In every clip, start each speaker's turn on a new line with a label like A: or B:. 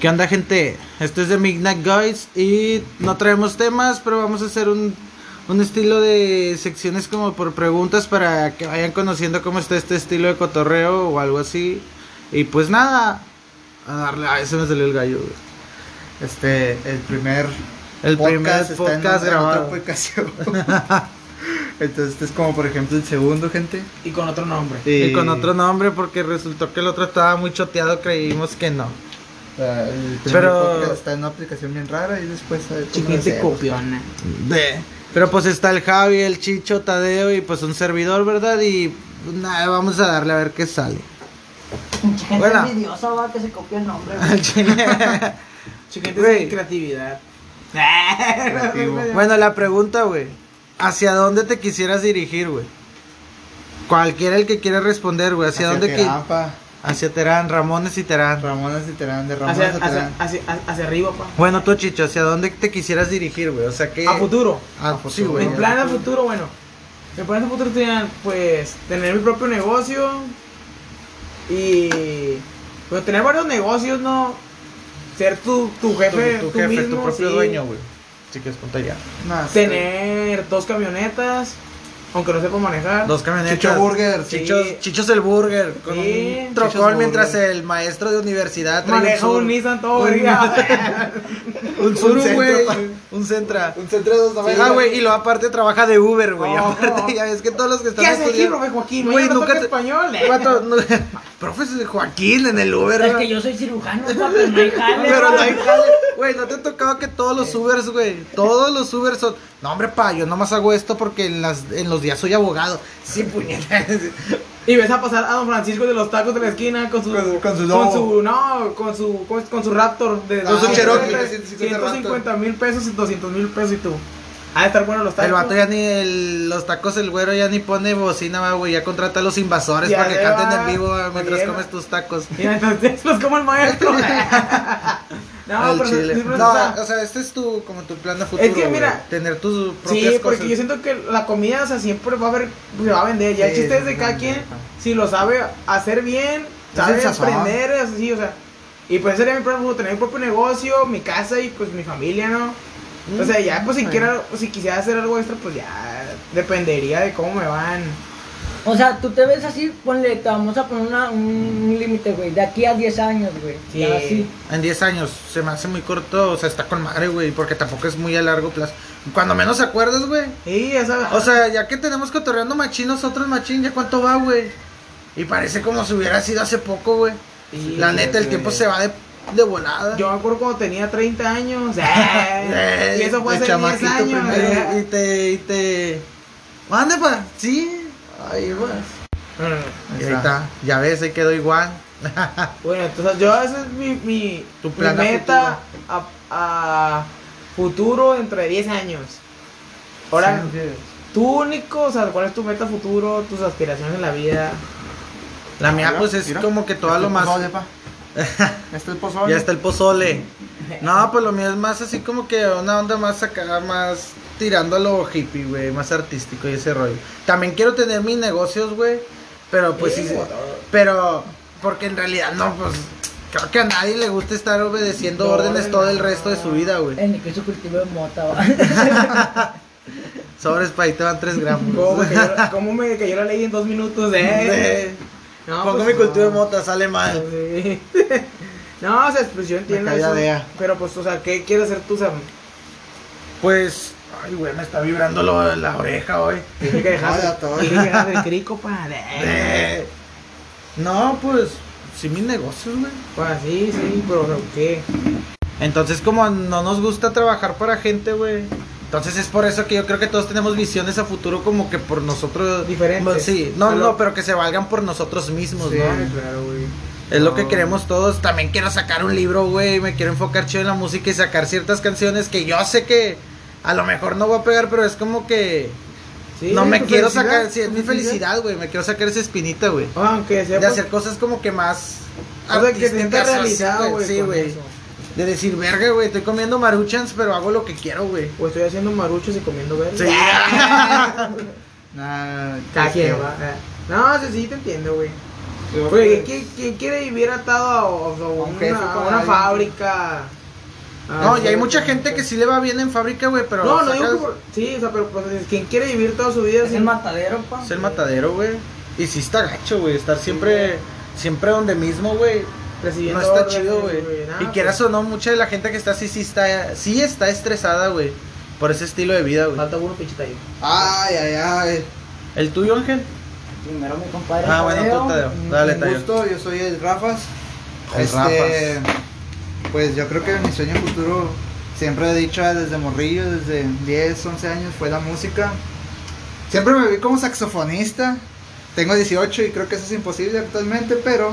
A: ¿Qué onda, gente? Esto es de Midnight Guys y no traemos temas, pero vamos a hacer un, un estilo de secciones como por preguntas para que vayan conociendo cómo está este estilo de cotorreo o algo así. Y pues nada, a darle. Ay, se me salió el gallo, güey.
B: Este, el primer
A: El primer
B: está en
A: podcast
B: otra- en otra
A: grabado.
B: aplicación. Entonces, este es como por ejemplo el segundo, gente.
C: Y con otro nombre.
A: Y con otro nombre, porque resultó que el otro estaba muy choteado, creímos que no.
B: ah, El primer
A: Pero-
B: podcast está en una aplicación bien rara y después a ver cómo lo
C: Chiquete
B: hacemos.
C: copiona.
A: De. Pero pues está el Javi, el Chicho, Tadeo y pues un servidor, ¿verdad? Y pues nada, vamos a darle a ver qué sale.
D: Mucha gente
A: Bueno.
D: envidiosa va que se copia el nombre. güey.
A: Al chile.
C: Chiquete
A: Güey.
C: sin creatividad.
B: Creativo.
A: bueno, la pregunta, güey. ¿Hacia dónde te quisieras dirigir, güey? Cualquiera el que quiera responder, güey. ¿Hacia,
B: Hacia
A: dónde? qui-
B: Terapa,
A: Hacia Terán, Ramones y Terán.
B: Ramonas y Terán, de Ramonas
C: Hacia,
B: a
C: hacia,
B: Terán.
C: hacia, hacia arriba, pa.
A: Bueno, tú, Chicho, ¿hacia dónde te quisieras dirigir, güey? O sea, que...
C: A futuro.
A: Ah,
B: A
A: sí,
B: futuro.
A: güey.
C: Mi plan a futuro, bueno. Mi plan a futuro sería, pues, tener mi propio negocio. Y. Pues tener varios negocios, ¿no? Ser tu, tu jefe.
A: tu, tu
C: tú
A: jefe,
C: mismo,
A: tu propio
C: sí.
A: dueño, güey. Si quieres ponte allá.
B: No, sí.
C: Tener dos camionetas. Aunque no sepa manejar.
A: Dos camionetas.
B: Chicho Burger,
C: sí.
A: Chichos, Chichos el Burger. Con
C: Sí,
A: un
B: Chichos
A: trocol
B: Burger.
A: mientras el maestro de universidad trae
C: Manejo
A: sur-
C: un Nissan todo verga.
A: Un sur,
B: Un centro,
A: güey.
B: pa.
A: Un centra.
B: Un centro de dos
A: ah, güey, y luego aparte trabaja de Uber, güey.
C: No.
A: aparte, ya ves que todos los que están
C: ¿Qué hace aquí,
A: estudiando-
C: profe Joaquín?
A: Güey,
C: Güey, no
A: nunca
C: toca
A: te-
C: español, eh.
A: Vato, no- Profes de Joaquín en el Uber,
D: Es
A: ¿no?
D: que yo soy cirujano, papi, no hay jale,
A: Pero no
D: güey.
A: hay jale. Güey, ¿no te ha tocado que todos los Ubers, güey? Todos los Ubers son... No, hombre, pa, yo nomás hago esto porque en, las, en los días soy abogado. Sí, puñetas.
C: Y ves a pasar a Don Francisco de los tacos de la esquina con su.
B: Con su- con su
C: con
B: lobo.
C: su- no, con su, con, con su Raptor. De, Ah,
B: Con
A: su Cherokee,
B: 350
C: 150 mil pesos y 200 mil pesos y tú. Ha de estar bueno los tacos.
A: El vato ya ni... el- los tacos, el güero ya ni pone bocina, va, güey. Ya contrata a los invasores
C: Ya
A: para que
C: le
A: canten
C: va.
A: en vivo va, mientras
C: Bien.
A: comes tus tacos.
C: Y entonces los como el maestro. no,
A: Al
C: pero.
A: chile.
C: sí, pero,
A: No,
C: o sea,
A: o sea, este es tu, como tu plan de futuro,
C: que
A: güey.
C: mira-
A: Tener tus propias
C: Sí, porque
A: cosas.
C: yo siento que la comida, o sea, siempre va a haber, se va a vender. Ya el
B: Sí,
C: chiste es de
B: no,
C: cada
B: no,
C: quien,
B: no.
C: si lo sabe hacer bien,
B: Es el
C: sabe
B: sazón.
C: aprender, así, o sea. Y pues sería mi plan futuro, tener mi propio negocio, mi casa y pues mi familia, ¿no? O sea, ya pues si
B: Mm,
C: quiera, si quisiera hacer algo extra, pues ya dependería de cómo me van.
D: O sea, tú te ves así, ponle, te vamos a poner una- un límite, güey, de aquí a 10 años, güey.
C: Sí.
D: Ya así.
A: En 10 años, se me hace muy corto, o sea, está con madre, güey, porque tampoco es muy a largo plazo. Cuando menos acuerdas, güey.
C: Y ya sabes.
A: O sea, ya que tenemos cotorreando machín, nosotros machín, ¿ya cuánto va, güey? Y parece como si hubiera sido hace poco, güey.
C: Sí,
A: La neta, el
C: güey.
A: tiempo se va de, de volada.
C: Yo me acuerdo cuando tenía 30 años. ¡eh!
A: Eh,
C: y eso fue
B: de
C: hace 10
B: chamaquito
C: años.
B: primero,
C: ¿eh?
A: Y, y te, y te... ¿Dónde, pa? Sí. Ahí vas.
C: Mm.
B: Ahí
A: Y ahí
B: está.
A: está. Ya ves, ahí quedó igual.
C: Bueno, entonces yo esa es mi, mi,
A: Tu
C: mi
A: plan a
C: meta a, a futuro dentro de 10 años. Ahora,
B: Sí, sí.
C: tú único, o sea, ¿cuál es tu meta futuro, tus aspiraciones en la vida?
A: La mía,
B: Mira,
A: pues, es
B: mira.
A: como que todo lo más...
B: Pozole, pa. Este es pozole.
A: Ya está el pozole. No, pues lo mío es más así como que una onda más acá, más tirando a lo hippie, güey, más artístico y ese rollo. También quiero tener mis negocios, güey, pero pues sí, pero porque en realidad no, pues creo que a nadie le gusta estar obedeciendo
C: No,
A: órdenes todo el
C: no.
A: resto de su vida, güey.
D: En el que se cultivo de mota, va.
A: Sobres para ahí te van 3 gramos.
C: ¿Cómo me cayó, la- cómo me cayó la ley en dos minutos? Eh?
A: Eh,
C: No,
A: Pongo
C: pues,
A: mi cultivo
C: no.
A: de mota, sale mal.
C: Sí. No, o sea, pues yo entiendo
B: caí la
C: eso.
B: DEA.
C: Pero pues, o sea, ¿qué quieres hacer tú, Sam?
A: Pues, ay, güey, me está vibrando lo- la oreja hoy.
C: Tienes que dejar
B: Hola, todo.
C: tienes que dejar el crico, pa. Eh.
A: Eh, No, pues, sí mis negocios, güey.
C: Pues sí, sí, pero o sea, ¿qué?
A: Entonces, como no nos gusta trabajar para gente, güey. Entonces es por eso que yo creo que todos tenemos visiones a futuro como que por nosotros
C: Diferentes.
A: Sí, no,
C: Pues, Pero-
A: no, pero que se valgan por nosotros mismos,
B: Sí,
A: ¿no?
B: claro, güey.
A: Es lo que
B: No.
A: queremos todos. También quiero sacar un libro, güey. Me quiero enfocar chido en la música y sacar ciertas canciones que yo sé que a lo mejor no voy a pegar, pero es como que
C: Sí,
A: no me
C: tu
A: quiero
C: felicidad,
A: sacar, sí, es
C: tu
A: mi felicidad, güey. Me quiero sacar esa espinita, güey.
C: Aunque sea
A: De
C: pues,
A: hacer cosas como que más
C: o sea, que te sientas
A: artísticas,
C: realizado,
A: así,
C: güey.
A: pues, Sí,
C: con
A: güey.
C: eso.
A: De decir, verga, güey, estoy comiendo maruchans, pero hago lo que quiero, güey.
C: O estoy haciendo maruchos y comiendo verga.
A: Sí. Ah,
B: Nah,
C: Cada
B: este,
C: quien, va. Eh. No, o sea, sí, te entiendo, güey.
B: Yo-
C: Güey, ¿quién, quién quiere vivir atado a, a
B: un
C: una,
B: jefe
C: a
B: con
C: una
B: alguien?
C: fábrica? Ah,
A: No, y hay mucha gente que sí le va bien en fábrica, güey, pero.
C: No, no digo
A: sacas-
C: que por- Sí, o sea, pero pues, ¿quién quiere vivir toda su vida
D: Es el
C: sin...
D: matadero, pa.
A: Es el matadero, güey. Y sí está gacho, güey. Estar siempre, siempre donde mismo, güey.
C: Recibiendo
A: No está
C: órdenes,
A: chido, güey.
C: güey, nada,
A: Y quieras o no, pues. mucha de la gente que está así, sí está, sí está estresada, güey. Por ese estilo de vida, güey.
C: pues, Falta uno pinche ahí.
B: Ay, ay, ay.
A: ¿El tuyo, Ángel?
D: Primero mi compadre.
A: Ah, bueno, tú, Tadeo. Dale,
B: Un
A: Tadeo.
B: gusto, yo soy el Rafas.
A: El
B: este, Pues yo creo que mi sueño futuro, siempre he dicho desde morrillo, desde 10, 11 años, fue la música. Siempre me vi como saxofonista. Tengo 18 y creo que eso es imposible actualmente, pero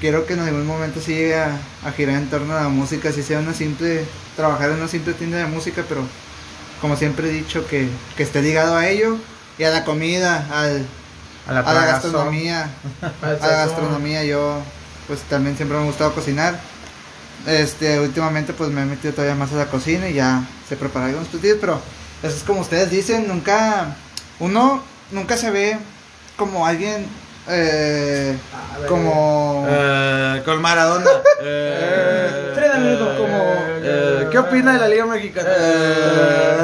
B: quiero que en algún momento sí llegue a, a girar en torno a la música, si sea una simple, trabajar en una simple tienda de música, pero como siempre he dicho, que, que esté ligado a ello y a la comida, al- a la
A: tragazón.
B: gastronomía
A: Ah,
B: a la gastronomía yo pues también siempre me ha gustado cocinar este últimamente pues me he metido todavía más a la cocina y ya sé preparar algunos platillos pero eso es como ustedes dicen nunca uno nunca se ve como alguien eh,
C: Ah, a ver,
B: como
A: Eh, con Maradona. Eh,
C: Tres minutos,
A: eh,
C: como-
A: eh, ¿Qué opina de la Liga Mexicana?
B: Eh.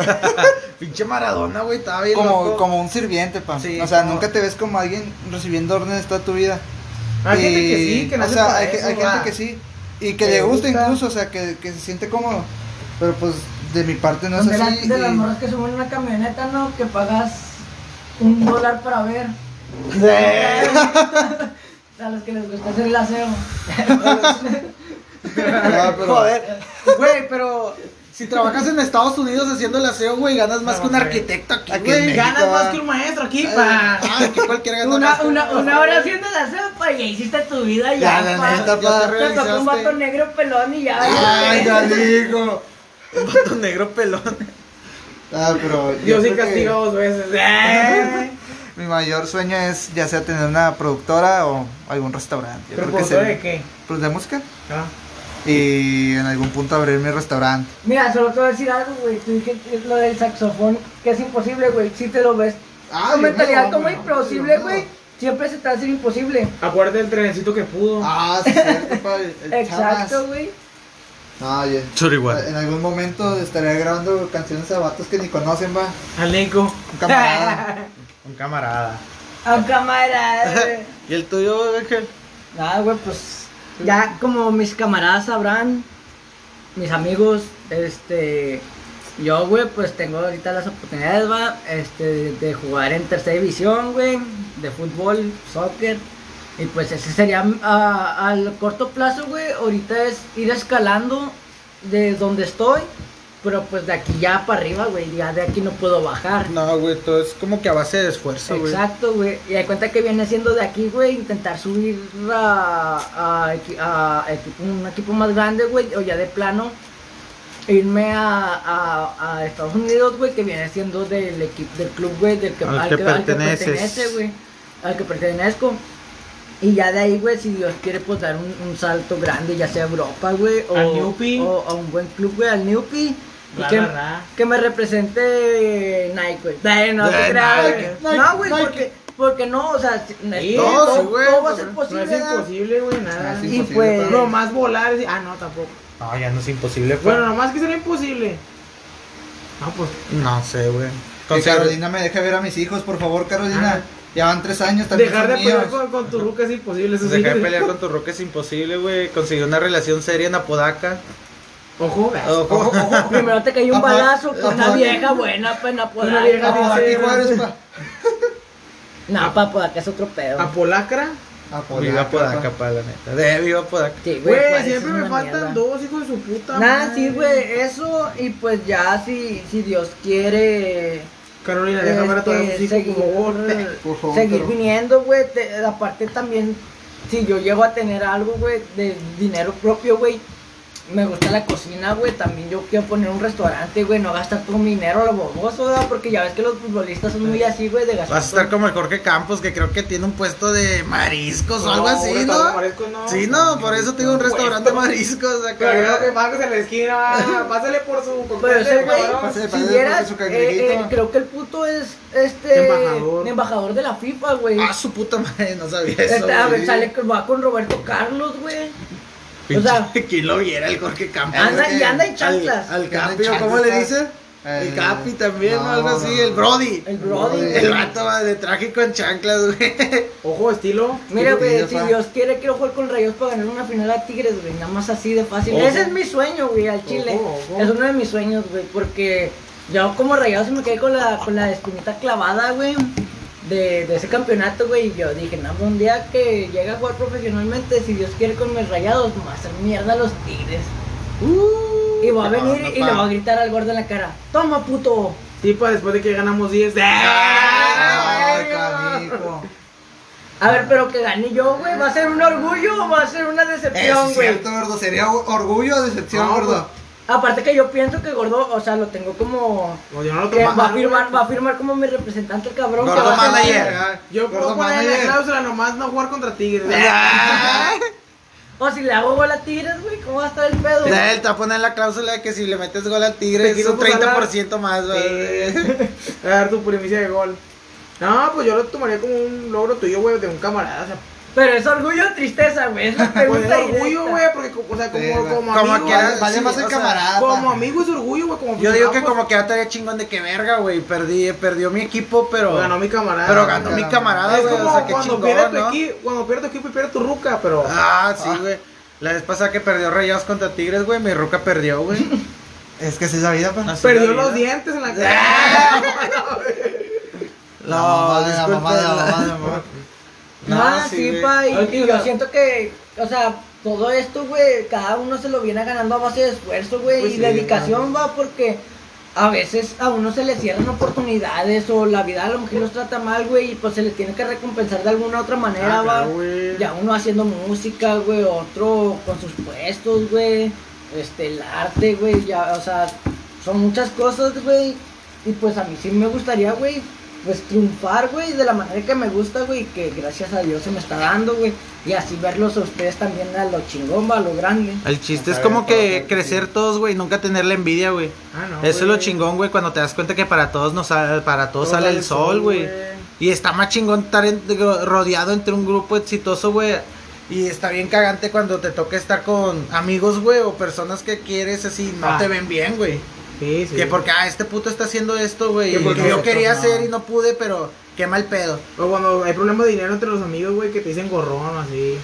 A: Pinche Maradona, güey, estaba bien.
B: como,
A: loco.
B: como un sirviente pa.
A: Sí,
B: o sea
A: como-
B: nunca te ves como alguien recibiendo órdenes toda tu vida
C: Hay gente que
B: Y,
C: sí, que
B: o
C: nace
B: sea,
C: para
B: hay, ge-
C: eso,
B: hay gente
C: va.
B: que sí. Y que
C: Que
B: le
C: le
B: gusta,
C: gusta.
B: incluso, o sea, que, que se siente cómodo. Pero pues de mi parte no es
D: Donde la-
B: así.
D: de las
B: y-
D: morras que suben una camioneta, ¿no? Que pagas un dólar para ver.
A: Eh,
D: A los que les gusta hacer el aseo.
B: Ah, pero-
A: Joder, güey, pero si trabajas en Estados Unidos haciendo el aseo, güey, ganas más
C: No,
A: que un
C: güey.
A: arquitecto aquí,
B: Aquí en
A: güey.
B: México.
C: Ganas más que un maestro aquí, pa.
A: Ah, que cualquiera gana más
D: Una,
A: que-
D: una, una hora haciendo el aseo, pa, y ya hiciste tu vida,
B: Ya,
D: ya,
B: la
D: pa.
B: neta,
A: Ya te
B: pa.
A: re-
D: Te tocó un
A: realizaste.
D: vato negro pelón y ya.
B: Ay, ya digo.
A: Un vato negro pelón.
B: Ah, pero yo
C: Dios sí
B: creo que
C: castiga dos veces. Eh.
B: Mi mayor sueño es ya sea tener una productora o algún restaurante. Yo
C: ¿Pero
B: creo que
C: por todo de
B: sería-
C: qué?
B: pues, de música.
C: Ah.
B: Y en algún punto abrir mi restaurante.
D: Mira, solo te voy a decir algo, güey. Tú dijiste lo del saxofón, que es imposible, güey. Si te lo ves
B: Ah,
D: con
B: Dios
D: mentalidad
B: mío,
D: como
B: hombre,
D: imposible,
B: Dios mío.
D: güey, siempre se te hace imposible.
C: Acuérdate del trenecito que pudo.
B: Ah, sí, es cierto, pa, el- el
D: Exacto,
B: Chavas.
D: güey.
B: Ah, ya.
A: Churigual.
B: En algún momento estaré grabando canciones a vatos que ni conocen, va.
C: Al Nico.
B: Un camarada.
A: Un camarada.
D: A cámara, güey.
A: ¿Y el tuyo, Ángel?
D: Ah, güey, pues ya como mis camaradas sabrán, mis amigos, este, yo, güey, pues tengo ahorita las oportunidades, va, este, de jugar en tercera división, güey, de fútbol, soccer, y pues ese sería a, al corto plazo, güey, ahorita es ir escalando de donde estoy, pero pues de aquí ya para arriba, güey, ya de aquí no puedo bajar.
A: No, güey, todo es como que a base de esfuerzo, güey.
D: Exacto, güey. Y hay cuenta que viene siendo de aquí, güey, intentar subir a, a equi- a equipo- un equipo más grande, güey, o ya de plano irme a, a- a Estados Unidos, güey, que viene siendo del equipo, del club, güey, del que,
A: Al que perteneces.
D: pertenece, güey, al que pertenezco. Y ya de ahí, güey, si Dios quiere, pues dar un, un salto grande, ya sea a Europa, güey, o,
C: Al Newpi.
D: o a un buen club, güey, al Newpi. Y
C: Ra,
D: que-
C: ra, ra.
D: que me represente Nike, güey. Ay, No,
A: Eh,
D: te creas, güey.
A: Nike,
D: No, güey,
A: Nike.
D: porque, porque no, o sea, si-
C: Sí,
D: todo,
A: sí, güey,
D: todo va a
A: pues,
D: ser
A: no
C: No
D: posible.
C: es
D: ¿verdad?
C: imposible, güey, nada.
B: Ah, sí.
D: y
B: imposible,
D: pues,
B: pero-
C: Lo más volar. es- Ah, no, tampoco.
A: No, ya no es imposible, güey.
C: Bueno, nomás que será imposible. No, pues.
A: No sé, güey.
B: Que
A: Conserv-
B: Carolina me deje ver a mis hijos, por favor, Carolina. Ya van tres años también.
C: Dejar de
B: son
C: pelear
B: míos.
C: con, con tu ruca es imposible, eso sí.
A: Dejar de pelear con tu roca es imposible, güey. Conseguir una relación seria en Apodaca.
C: Ojo, güey.
A: Ojo.
B: Ojo, ojo, ojo.
D: primero te cayó un
B: Apa-
D: balazo con una
B: apa-
D: vieja buena, pues no puedo.
C: Una vieja
B: Ah,
C: dice-
B: aquí Juárez, pa.
D: No, papá, acá es otro pedo.
C: A Polacra.
B: Ah,
A: Viva
B: Podaca,
A: Apodaca,
B: pa.
A: pa, la neta. De viva Apodaca.
D: Sí,
C: Güey,
D: Juárez
C: siempre
D: es
C: me
D: una
C: faltan
D: mierda.
C: dos, hijos de su puta.
D: Nada,
C: madre.
D: sí, güey, eso. Y pues ya, si, si Dios quiere.
C: Carolina, déjame ver a todos
D: este, eh,
C: tus hijos, por favor.
B: Por favor,
D: seguir
B: pero-
D: viniendo, güey. te- Aparte también, si yo llego a tener algo, güey, de dinero propio, güey, me gusta la cocina, güey. También yo quiero poner un restaurante, güey. No gastar todo mi dinero a lo boboso, ¿verdad? Porque ya ves que los futbolistas son muy así, güey, de gastar.
A: Vas a estar
D: todo.
A: como el Jorge Campos, que creo que tiene un puesto de mariscos o Pues, algo así,
C: un restaurante
A: ¿no?
C: marisco, no.
A: Sí, no, pues, por eso tengo un
C: puesto.
A: restaurante de mariscos
C: Pero que
A: acá.
C: Marcos en la esquina, pásale por su
D: Pero
C: cóctel
D: ese
C: de
D: güey,
C: camarón.
B: pásale,
D: si
B: pásale,
D: vieras,
B: pásale su cangrejito.
D: eh, eh, creo que el puto es este
B: Embajador.
D: embajador de la FIFA, güey.
A: Ah, su puta madre, no sabía eso.
D: Este, a ver,
A: güey.
D: sale, va con Roberto Carlos, güey.
A: Pinche-
D: o sea-
A: ¿quién lo viera el Jorge Campos?
D: Anda y
A: güey?
D: anda en
A: Al-
D: chanclas.
A: Al
B: Anda en
A: Capi, ¿o ¿cómo
B: chanclas.
A: le dice?
B: Eh,
A: El Capi también, o algo
B: no,
A: así,
B: no.
A: el Brody.
D: El Brody.
B: Brody.
D: güey.
A: El vato va de traje con chanclas, güey.
C: Ojo, estilo.
D: Mira, güey,
B: Tigres,
D: si
B: fa.
D: Dios quiere, quiero jugar con Rayos para ganar una final a Tigres, güey. Nada más así de fácil.
C: Ojo.
D: Ese es mi sueño, güey, al Chile.
C: Ojo, ojo.
D: Es uno de mis sueños, güey, porque yo como Rayados me quedé con la, con la espinita clavada, güey, de, de ese campeonato, güey. Y yo dije, nada, un día que llegue a jugar profesionalmente, si Dios quiere con mis Rayados, me va a hacer mierda a los Tigres. y va
A: no,
D: a venir
A: no,
D: y
A: pa.
D: le va a gritar al gordo en la cara, toma, puto.
C: Sí, pues después de que ganamos ¡Eh! 10.
B: Ay,
D: Ah,
B: canijo.
D: A ver, pero que gane yo, güey, ¿va a ser un orgullo o va a ser una
B: Eso
D: decepción,
B: es
D: güey?
B: cierto, gordo. Sería orgullo o decepción,
C: No,
B: gordo.
D: Aparte que yo pienso que Gordo, o sea, lo tengo como...
C: No, yo no lo
D: que
C: tomaba,
D: Eh, va a firmar,
C: güey.
D: va a firmar como mi representante el cabrón. que
A: Gordo
D: va a ser-
A: manager. Ah.
C: Yo puedo
B: Gordo
C: poner en la
B: manager.
C: cláusula nomás no jugar contra Tigres.
A: Eh,
D: O si le hago gol a Tigres, güey, ¿cómo va a estar el pedo?
A: Ya él te pone en la cláusula de que si le metes gol al Tigre
C: Te
A: es
C: quiero
A: un 30% más,
C: Sí.
A: güey.
C: A ver tu primicia de gol. No, pues yo lo tomaría como un logro tuyo, güey, de un camarada. O sea,
D: Pero es orgullo o tristeza, güey. Es la
C: pues es
D: pregunta
C: orgullo,
D: directa.
C: güey, porque, o sea, como,
B: Sí, güey.
C: como,
A: Como
C: amigo.
A: que era-
B: Vale
A: sí,
B: más
A: o
B: el
A: sea,
B: camarada.
C: como amigo es orgullo, güey. Como pues,
A: Yo digo que
C: aficionado,
A: como que ya estaría chingón de que verga, güey. Perdí, perdió mi equipo, pero.
C: pues, ganó mi camarada.
A: Pero ganó mi
B: Ganó.
A: camarada,
C: es
A: güey.
C: como
A: O sea, qué
C: cuando pierde
A: chingón,
C: tu
A: ¿no?
C: equipo, cuando pierde tu equipo y pierde tu ruca, pero
A: Ah, sí, güey. La vez pasada que perdió Rayados contra Tigres, güey, mi ruca perdió, güey.
B: Es que sí es la vida, pa.
A: Así la
C: perdió
A: vida. Ah,
C: los dientes en la cara.
B: La mamá de la
A: disculpa,
B: mamá de la
A: no.
B: mamá de la mamá.
A: No,
D: ah,
A: sí,
D: sí,
A: güey.
D: pa, y,
C: Ay,
D: y yo
C: claro.
D: siento que, o sea, todo esto, güey, cada uno se lo viene ganando a base de esfuerzo, güey,
C: Pues
D: y
C: sí,
D: dedicación, va, porque a veces a uno se le cierran oportunidades o la vida a lo mejor los trata mal, güey, y pues se le tiene que recompensar de alguna otra manera,
C: Ah,
D: va.
C: claro, güey.
D: Ya uno haciendo música, güey, otro con sus puestos, güey, este, el arte, güey, ya, o sea, son muchas cosas, güey, y pues a mí sí me gustaría, güey, pues triunfar, güey, de la manera que me gusta, güey, que gracias a Dios se me está dando, güey, y así verlos a ustedes también a lo chingón, va, a lo grande.
A: El chiste es
B: Acá
A: como
B: de todo,
A: que
B: claro que
A: crecer todos, güey, nunca tener la envidia, güey.
C: Ah, no,
A: Eso es lo
C: güey.
A: chingón, güey, cuando te das cuenta que para todos nos sale, para todos
C: Todo
A: sale el sol, güey.
C: güey.
A: Y está más chingón estar en- gro- rodeado entre un grupo exitoso, güey. Y está bien cagante cuando te toca estar con amigos, güey, o personas que quieres así, no
C: Ah.
A: te ven bien, güey.
C: Sí, sí.
A: Que porque, ah, este puto está haciendo esto, güey.
B: Que
A: y
B: porque
A: Yo
B: nosotros
A: quería
B: no.
A: hacer y no pude, pero qué mal pedo.
C: O cuando hay problemas de dinero entre los amigos, güey, que te dicen gorrón o así.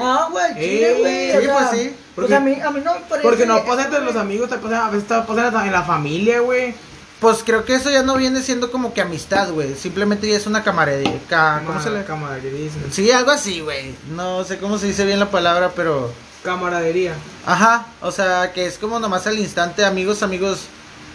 D: Ah, güey,
C: Eh,
D: chile, güey, o
A: sí,
D: sea,
A: pues sí,
D: pues
C: porque-
D: a mí, a mí no me parece...
C: Porque no pasa entre los amigos, te pasa, a veces te pasa hasta en la familia, güey.
A: Pues creo que eso ya no viene siendo como que amistad, güey. Simplemente ya es una camaradería. ca- Ah, ¿Cómo se le.?
C: Camaradería.
A: Sí, algo así, güey. No sé cómo se dice bien la palabra, pero.
C: Camaradería.
A: Ajá, o sea, que es como nomás al instante, amigos, amigos,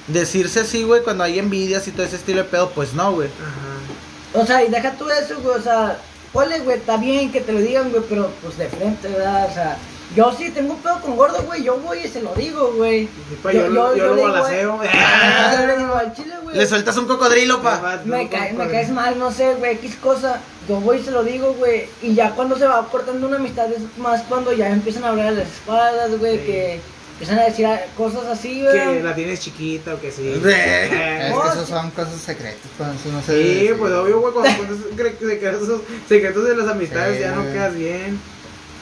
A: decirse así, güey, cuando hay envidias y todo ese estilo de pedo, pues no, güey.
C: Ajá.
D: O sea, y deja tú eso, güey, o sea, ole, güey, está bien que te lo digan, güey, pero pues de frente, ¿verdad? O sea, yo sí tengo un pedo con gordo, güey, yo voy y se lo digo, güey.
C: Sí, pa, Pues yo lo- yo lo
D: le digo,
C: balaceo.
D: güey, yo le digo al chile, güey.
A: Le sueltas un cocodrilo, pa.
D: Me, cae- me caes mal, no sé, güey, X cosa. Yo voy y se lo digo, güey. Y ya cuando se va cortando una amistad es más cuando ya empiezan a hablar a las espaldas, güey,
C: Sí.
D: que empiezan a decir ah, cosas así, güey.
C: Que la tienes chiquita o que sí.
A: De-
C: Eh,
B: Es que esos son cosas secretas, pa, eso no se
C: Sí,
B: debe
C: pues
B: decir.
C: obvio, güey, cuando cuentas cre- secretos, secretos de las amistades
B: Sí,
C: ya no
B: güey.
C: quedas bien.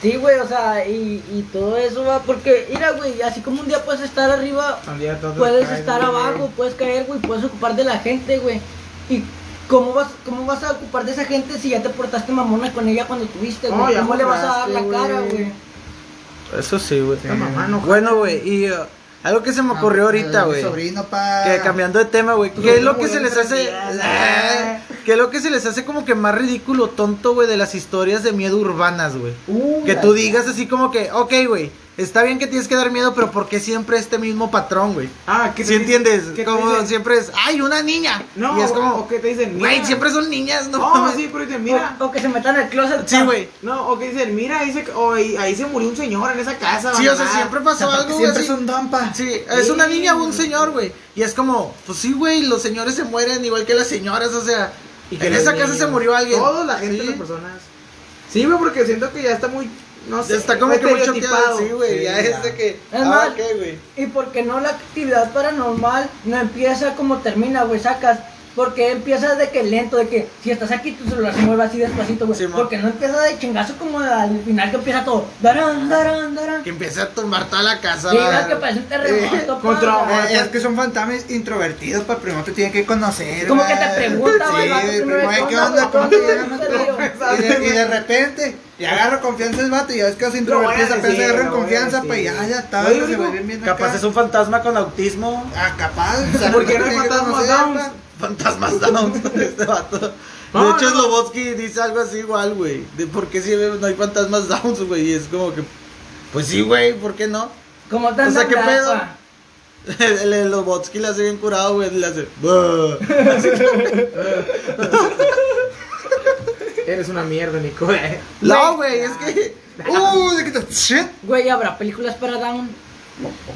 D: Sí, güey, o sea, y, y todo eso va porque, mira, güey, así como un día puedes estar arriba,
C: Un día todo
D: puedes
C: caes,
D: estar
C: güey.
D: abajo, puedes caer, güey, puedes ocupar de la gente, güey. ¿Y cómo vas, cómo vas a ocupar de esa gente si ya te portaste mamona con ella cuando tuviste,
C: No,
D: güey?
C: ya
D: ¿Cómo le vas a dar la
C: mostraste,
D: cara,
C: güey.
D: güey?
A: Eso sí, güey.
C: La mamá no
A: Bueno, güey, y uh, algo que se me ocurrió
B: Ah,
A: ahorita,
B: mi
A: güey.
B: sobrino, pa.
A: Que cambiando de tema, güey,
C: Tú
A: ¿qué es lo
C: como
A: que se
C: de
A: les hace?
C: enfermedad.
A: Que es lo que se les hace como que más ridículo, tonto, güey, de las historias de miedo urbanas, güey.
D: Uh,
A: Que
D: la-
A: tú digas así como que, ok, güey, está bien que tienes que dar miedo, pero ¿por qué siempre este mismo patrón, güey?
C: Ah, ¿qué
A: Si
C: te
A: ¿Sí
C: dice-
A: entiendes?
C: qué te
A: Como
C: dice?
A: siempre es, ¡ay, una niña!
C: No,
A: y es como,
C: o que te dicen, mira.
A: güey, siempre son niñas, ¿no?
C: No,
A: mames".
C: sí, pero dicen, mira.
D: Mira. O, o que se metan al closet.
A: Sí,
D: pa-
A: güey.
C: No, o que dicen, mira, ahí se, o ahí, ahí se murió un señor en esa casa.
A: Sí, o sea,
C: abandonada".
A: siempre pasó algo, güey.
B: Siempre
A: así.
B: es un dampa.
A: Sí, es
C: Sí.
A: una niña o un señor, güey. Y es como, pues sí, güey, los señores se mueren igual que las señoras, o sea,
C: Y que
A: en
C: los
A: esa casa
C: niños.
A: se murió alguien.
C: Toda la gente,
A: Sí.
C: las personas. Sí, güey, porque siento que ya está muy. No sé.
A: Está como que muy choqueado,
C: estereotipado.
A: sí, güey. ya es de que.
D: Es
A: ah,
D: más,
A: ok, güey.
D: Y porque no la actividad paranormal no empieza como termina, güey, sacas. Porque empieza de que lento, de que si estás aquí tu celular se mueve así despacito, güey.
A: Sí, mo.
D: porque no empieza de chingazo como al final que empieza todo. Darán, darán, darán.
A: Que empieza a tumbar toda la casa.
D: Sí,
A: va.
D: ¿verdad? que parece un terremoto. pa,
C: Contra-
D: güey.
B: Ah, es que son fantasmas introvertidos, para primero te tienen que conocer.
D: Como que
B: güey.
D: te pregunta,
B: Sí, pues,
D: güey, el vato primero,
B: primero,
D: ¿qué
B: ¿qué
D: onda,
B: onda? ¿Cómo
D: güey?
B: te
D: ¿Cómo te
B: llamas?
D: llamas?
B: Y de, y de repente, y agarro confianza el vato, y ya es que los
C: Lo voy a
B: introvertidos apenas
C: decir,
B: agarran
C: lo voy a
B: confianza,
C: decir.
B: pues ya, ya está,
C: Oye,
B: se
C: digo,
B: vuelven bien
A: Capaz
B: acá.
A: es un fantasma con autismo.
B: Ah, capaz. o sea,
C: Porque no
B: te
C: hay
B: tienen que
C: fantasmas
B: conocer, pues.
C: Downs.
B: pa.
A: Fantasmas Downs, este vato.
C: No,
A: de hecho,
C: no.
A: Slobodsky dice algo así igual, güey. De por qué si no hay fantasmas Downs, güey. Y es como que. Pues sí, güey, ¿por qué no?
D: Como
A: O sea, ¿qué pedo?
D: tanta
A: El, el Slobodsky le hace bien curado, güey. Le hace. "Buh".
C: Eres una mierda, Nico. eh.
A: No, güey, es que.
B: Uh, de que te- shit.
D: Güey, ¿habrá películas para Down?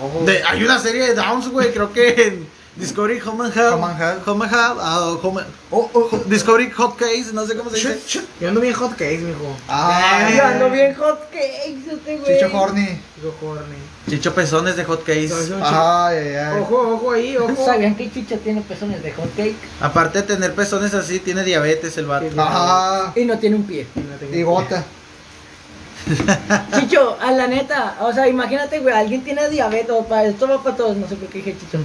C: Oh.
A: de- hay una serie de Downs, güey. Creo que en Discovery Home and Hub.
B: Home and Health.
A: Home and Hub, ah, Home-
B: Oh, oh, oh.
A: Discovery Hot Case, no sé cómo se dice.
B: Shit, shit.
C: Yo ando bien hot case, mijo.
B: Ah,
D: Yo ando bien hot cakes, este güey.
B: Chicho Horny.
C: Digo, corne.
A: Chicho Pezones de Hot Case.
B: Ay, ay, ay.
C: Ojo, ojo ahí, ojo.
D: ¿Sabían que Chicha tiene pezones de hot cake?
A: Aparte de tener pezones así, tiene diabetes el vato.
B: Ajá.
D: Y no tiene un pie.
C: No tengo-
B: Y gota.
D: Chicho, a la neta, o sea, imagínate, güey, alguien tiene diabetes, o pa- esto va para todos, no sé por qué dije Chicho,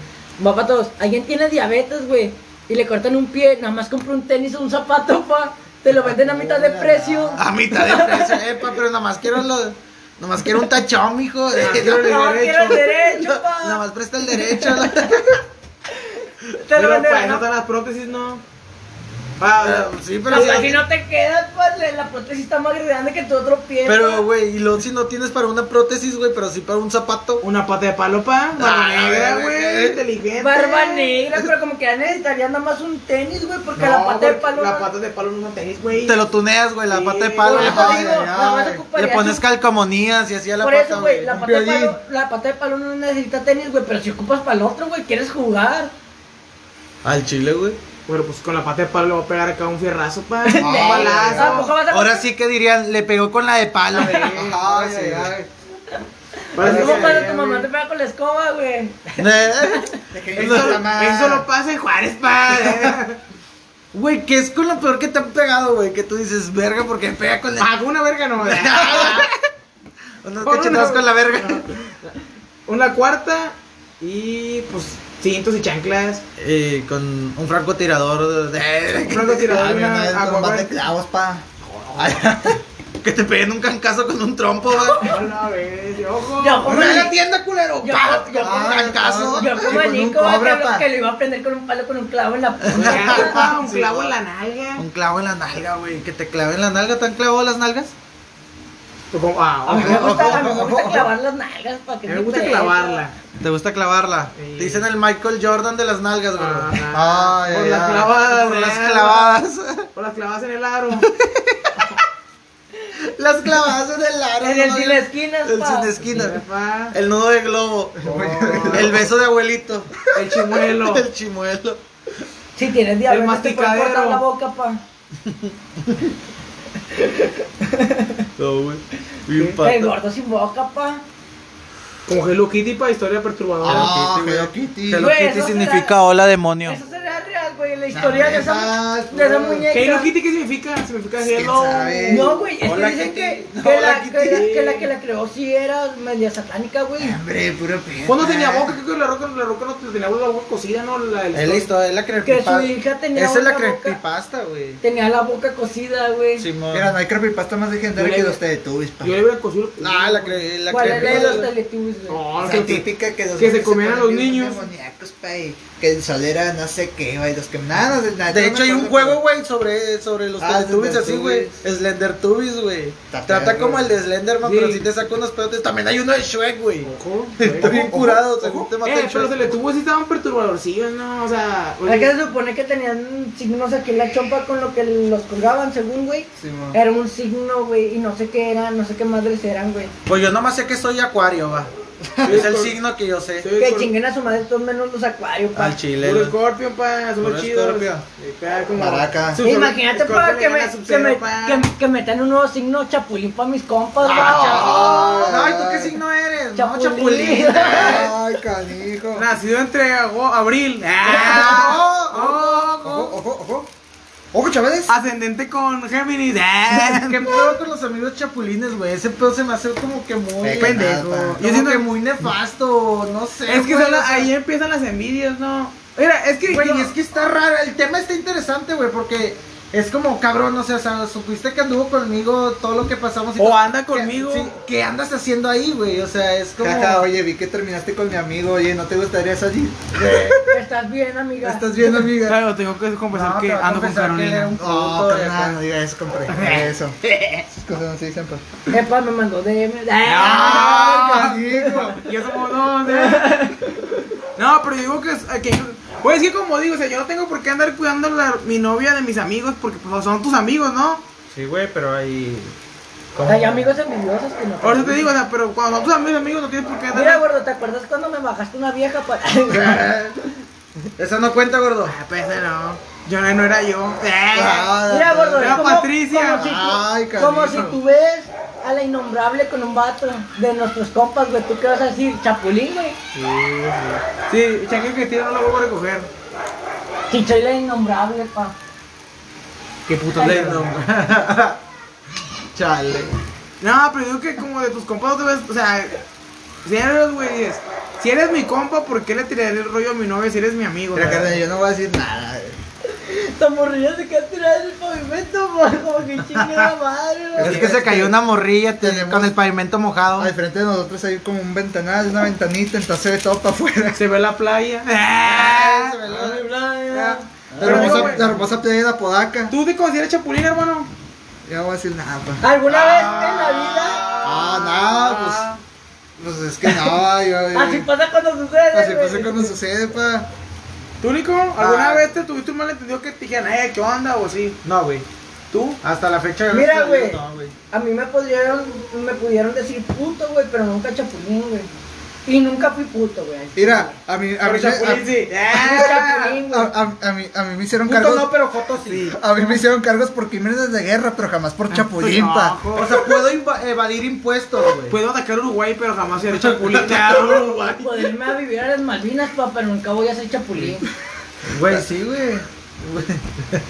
D: va para todos, alguien tiene diabetes, güey, y le cortan un pie, nada más compra un tenis o un zapato, pa, te lo venden a mitad de precio.
A: A mitad de precio, epa, pero nomás quiero lo, nomás quiero un tachón, mijo. de-
C: quiero el
D: No,
C: derecho.
D: quiero el derecho,
A: No,
D: pa,
A: nomás presta el derecho. ¿no?
D: te lo
C: Pero para
D: venden,
C: eso
D: ¿no?
C: están las prótesis, ¿no? Ah,
A: Pero, sí, pero.
D: Pero si no te quedas, pues le- la prótesis está más grande que tu otro pie. pues. pa.
A: Pero, güey, y luego si no tienes para una prótesis, güey, pero sí para un zapato.
C: Una pata de palo, pa. Barba
A: Ah,
C: negra,
A: güey,
C: güey.
A: güey.
C: Inteligente.
D: Barba negra, pero como que ya necesitaría nada más un tenis, güey, porque
C: No,
D: la pata de
C: porque
D: palo.
C: La
D: no-
C: pata de palo no es tenis, güey.
A: Te lo tuneas, güey, la
C: Sí,
A: pata de palo.
D: Por
A: Le
D: eso
B: Ay,
A: pones,
D: digo,
B: ay,
D: la raza
B: ay.
A: le
D: ocuparía
A: pones
D: un-
A: calcomanías y así a la
D: Por
A: pata,
D: eso, güey, la
B: un
D: pata de
B: violín.
D: palo, la pata de palo no necesita tenis, güey, pero si ocupas para el otro, güey, quieres jugar.
A: Al chile, güey.
C: Bueno, pues con la pata de palo le voy a pegar acá un fierrazo, pa.
D: Ah,
C: Un balazo.
D: ¿a poco vas a
A: Ahora sí que dirían, le pegó con la de palo.
B: Ay, ay, ay.
C: Parece
D: ¿Cómo
C: que-
D: cuando tu mamá te pega con la escoba, güey?
B: Eso,
C: Eso, eso lo pasa en Juárez, pa.
A: Güey, ¿qué es con lo peor que te han pegado, güey? Que tú dices, verga, porque me pega con la...
C: Hago una verga no. Ah, güey.
A: Unos
C: Por
A: cachetazos
C: una-
A: con la verga.
C: Una cuarta y pues cintos y chanclas.
A: Eh, con un francotirador de...
C: Un francotirador,
B: Ay, una
C: una
B: vez
C: agua-
B: combate clavos, pa. Ay,
A: Que te peguen un cancazo con un trompo, güey.
C: No, no, güey, ojo.
D: Ya, ojo.
A: ¡Corre a la tienda, culero!
D: Yo-
A: ¡Pah!
D: yo-
A: un cancazo.
D: Yo como
B: con un
D: Nico, güey,
B: cobra,
D: que lo-
B: pa.
D: que lo iba a prender con un palo, con un clavo en la
C: Ya, pa, un
A: Sí.
C: clavo en la nalga.
A: Un clavo en la nalga, güey. Que te clave en la nalga. ¿Te han clavado las nalgas?
C: O como- ah,
D: A mí
C: ojo.
D: me gusta, a mí me gusta clavar las nalgas para que
C: Me
D: se
C: gusta
D: pegue.
C: clavarla.
A: ¿Te gusta clavarla?
C: Sí.
A: Te dicen el Michael Jordan de las nalgas, güey.
C: Ajá.
B: Ay,
C: Por
B: ay,
C: las
B: ay.
C: clavadas.
A: Por las
C: güey.
A: clavadas.
C: Por las clavadas en el aro.
A: las clavadas en el aro.
D: En el
A: ¿no?
D: sin esquinas,
A: El
D: pa.
A: sin esquina.
C: Pa.
A: El nudo de globo.
C: Oh.
A: El beso de abuelito.
C: El chimuelo.
A: El chimuelo.
D: Si tienes diabetes, te pueden
C: masticadero.
D: cortar la boca, pa.
A: No, güey. Bien
C: Sí.
A: pato.
D: El gordo sin boca, pa.
C: Como Hello Kitty para historia perturbadora.
B: Ah,
A: Hello
B: Hello Kitty.
A: Hello
D: Güey,
A: Kitty
D: eso
A: significa
D: será-
A: hola demonio.
D: Eso será real, güey, la historia de esa,
B: Jamás,
D: de esa
B: güey.
D: muñeca. Eh,
C: Hello Kitty, ¿qué significa? Significa
B: ¿Quién
C: Hello.
B: sabe?
D: No, güey, es
A: Hola,
D: que dicen que,
A: Kitty.
D: que,
A: Hola,
D: la, que, la,
C: Kitty.
D: que la que la creó sí era media satánica, güey.
A: Ah,
B: Hombre, pues, puro pie.
C: ¿Cuándo Pues tenía boca? Creo que la roca, la roca no tenía la boca cocida, ¿no? La, el-
A: Es Eh, listo, es la
D: Que su
A: creepypasta.
D: hija tenía
A: Esa es la
D: una boca-
A: creepypasta, güey.
D: Tenía la boca cocida, güey.
A: Simón.
B: Mira, no hay creepypasta más legendaria
C: Yo
B: que
C: le-
B: los Teletubbies, pa.
C: Yo le hubiera cosido.
A: Ah, la, Oh, cre la
D: ¿Cuál era la de los
A: creepypasta.
D: Teletubbies, güey?
C: No,
B: O
C: no,
B: sea,
C: que-
B: típica que los
C: que se
B: niños
C: comían a los
B: ponían bien
C: niños.
B: demoníacos, pues, pay, que el sol era no sé qué, güey, los que nada, nada
A: De hecho, hay un juego, güey, sobre, sobre los
B: Ah,
A: Teletubbies así, güey. Slender Tubbies, güey.
B: Está
A: Trata
B: perro.
A: como el de Slenderman,
C: Sí.
A: pero sí te saca unos pedotes. También hay uno de Shrek, güey.
C: Ojo.
A: Está bien curado, según
C: Ojo.
A: te mata
C: Eh,
A: el
C: pero se le
A: Shrek.
C: tuvo sí estaban perturbadorcillos, ¿no? O sea,
D: Hay que se supone que tenían signos aquí en la chompa con lo que los colgaban, según, güey. Eh. Era un signo, güey, y no sé qué eran, no sé qué madres eran, güey.
A: Pues yo nomás sé que soy acuario, va. Es el signo que yo sé.
C: Soy
D: Que
C: Scor-
D: chinguen a su madre todos menos los acuarios, pa.
A: Al chile.
C: Puro
A: ¿no?
C: Scorpion, pa, somos
A: Puro
C: chidos.
A: Scorpio.
C: Eh, pa, como-
B: Maraca.
C: Su-
D: E Imagínate,
C: Scorpion
D: pa,
C: le
D: que,
C: gana
D: me,
C: a
D: que,
C: Sub-Zero,
D: me,
C: pa.
D: que, que metan un nuevo signo chapulín pa' mis compas, güey.
A: Ah,
B: Ah,
A: Ay, ¿tú qué signo eres? No,
D: Chapulín.
A: chapulín.
B: Ay, canijo.
C: Nacido entre ago- abril.
A: Ah,
C: Ah,
B: Ojo,
C: ojo. Ah,
B: ojo, ojo. Ojo, chavales.
C: Ascendente con Géminis. Ah.
A: ¿Qué pedo con los amigos chapulines, güey? Ese pedo se me hace como que muy
B: Qué
A: pendejo.
B: nada.
A: Yo siento que muy nefasto, no sé.
C: Es que
A: güey,
C: son la-
A: o sea,
C: ahí empiezan las envidias, ¿no? Mira, es que.
A: Güey,
C: yo-
A: es que está raro. El tema está interesante, güey, porque es como cabrón, o sea, sa- supiste que anduvo conmigo todo lo que pasamos. y
C: O
A: todo?
C: anda
A: ¿Qué-
C: conmigo.
A: sí, ¿Qué andas haciendo ahí, güey? O sea, es como.
B: Jaja, oye, vi que terminaste con mi amigo, oye, ¿no te gustaría salir?
D: Estás bien, amiga.
B: ¿Estás bien, amiga?
C: Claro, tengo que confesar
A: No,
C: que
A: te va a
C: ando con
A: confesar que
C: Carolina.
A: era un
B: No,
A: puto de acá.
B: carnal, no digas eso, compré. Eso. Esas cosas no se dicen, pues. pa.
D: Epa, me mandó DM.
C: Ah. Ah.
B: Ay, canijo.
C: Y eso como dónde. No, pero yo digo que, es- que yo- Pues es que como digo, o sea, yo no tengo por qué andar cuidando la, mi novia de mis amigos porque pues, son tus amigos, ¿no?
A: Sí, güey, pero hay.
D: Hay amigos envidiosos que no.
C: Ahora te digo, o sea, pero cuando son tus amigos, amigos, no tienes por qué andar.
D: Mira, gordo, ¿te acuerdas cuando me bajaste una vieja para.?
A: Eso no cuenta, gordo.
C: Ah, pues ese no. Yo no, no era yo.
B: Ah,
D: Mira, gordo,
C: Era
D: es como,
C: Patricia.
D: como si tú,
B: Ay, canijo.
D: como si tú ves a la innombrable con un vato de nuestros compas, güey. ¿Tú qué vas a decir? Chapulín, güey.
C: Sí, changue que tira no lo vuelvo a recoger.
D: Si soy la innombrable, pa.
A: Qué puto lento.
B: Chale.
C: No, pero digo que como de tus compas no te ves, o sea, si eres, güey, dices, si eres mi compa, ¿por qué le tiraré el rollo a mi novia si eres mi amigo?
B: Mira,
C: ¿sabes?
B: carnal, yo no voy a decir nada. eh. güey.
D: Esta morrilla se queda tirada en el pavimento, pa. Como que chingada madre, güey.
A: Es que se cayó una morrilla te-
B: Tenemos-
A: con el pavimento mojado.
B: Al frente de nosotros hay como un ventanal, una ventanita, entonces se ve todo para afuera.
C: Se ve la playa.
A: Ah, se me lo-
D: Ah,
B: La
C: Pero digo,
B: hermosa,
C: güey.
B: la hermosa playa de Apodaca.
C: ¿Tú te consideras chapulín, hermano?
B: Ya no voy a decir nada, pues. pa.
D: ¿Alguna vez en la vida?
B: Ah, no, pues. Pues es que no, yo. yo-
D: Así pasa cuando sucede.
B: Así
D: güey.
B: pasa cuando sucede, pa.
C: ¿Tú, Nico? ¿Alguna
A: Ah.
C: vez te tuviste un malentendido que te dijeron, eh, qué onda o sí?
A: No, güey.
C: ¿Tú?
A: Hasta la fecha. de
D: Mira,
A: los-
D: güey.
A: No, güey.
D: A mí me pudieron, me pudieron decir puto, güey, pero nunca chapulín, güey. Y nunca fui puto, güey.
B: Mira, a mí. A
C: Pero
B: mí,
C: chapulín
B: me-
C: sí. Ah.
D: Chapulín,
B: a,
D: güey.
B: a, a- a mí, a mí me hicieron
A: Puto
B: cargos.
A: no, pero fotos sí.
B: A mí me hicieron cargos por crímenes de guerra, pero jamás por chapulín, pa.
C: Ojo.
A: O sea, puedo inva- evadir impuestos, güey.
C: Puedo atacar a Uruguay, pero jamás seré chapulín.
D: Poderme a vivir a las Malvinas, pa, pero nunca voy a ser chapulín.
A: Güey, sí, güey.